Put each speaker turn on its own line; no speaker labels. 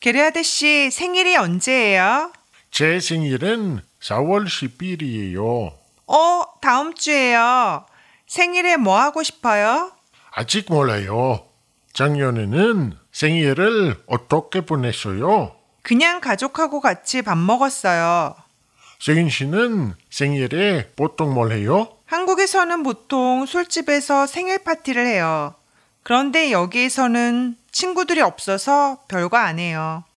게르하드 씨 생일이 언제예요?
제 생일은 4월 10일이에요.
어, 다음 주에요. 생일에 뭐 하고 싶어요?
아직 몰라요. 작년에는 생일을 어떻게 보냈어요?
그냥 가족하고 같이 밥 먹었어요.
세인 씨는 생일에 보통 뭘 해요?
한국에서는 보통 술집에서 생일 파티를 해요. 그런데 여기에서는 친구들이 없어서 별거 안 해요.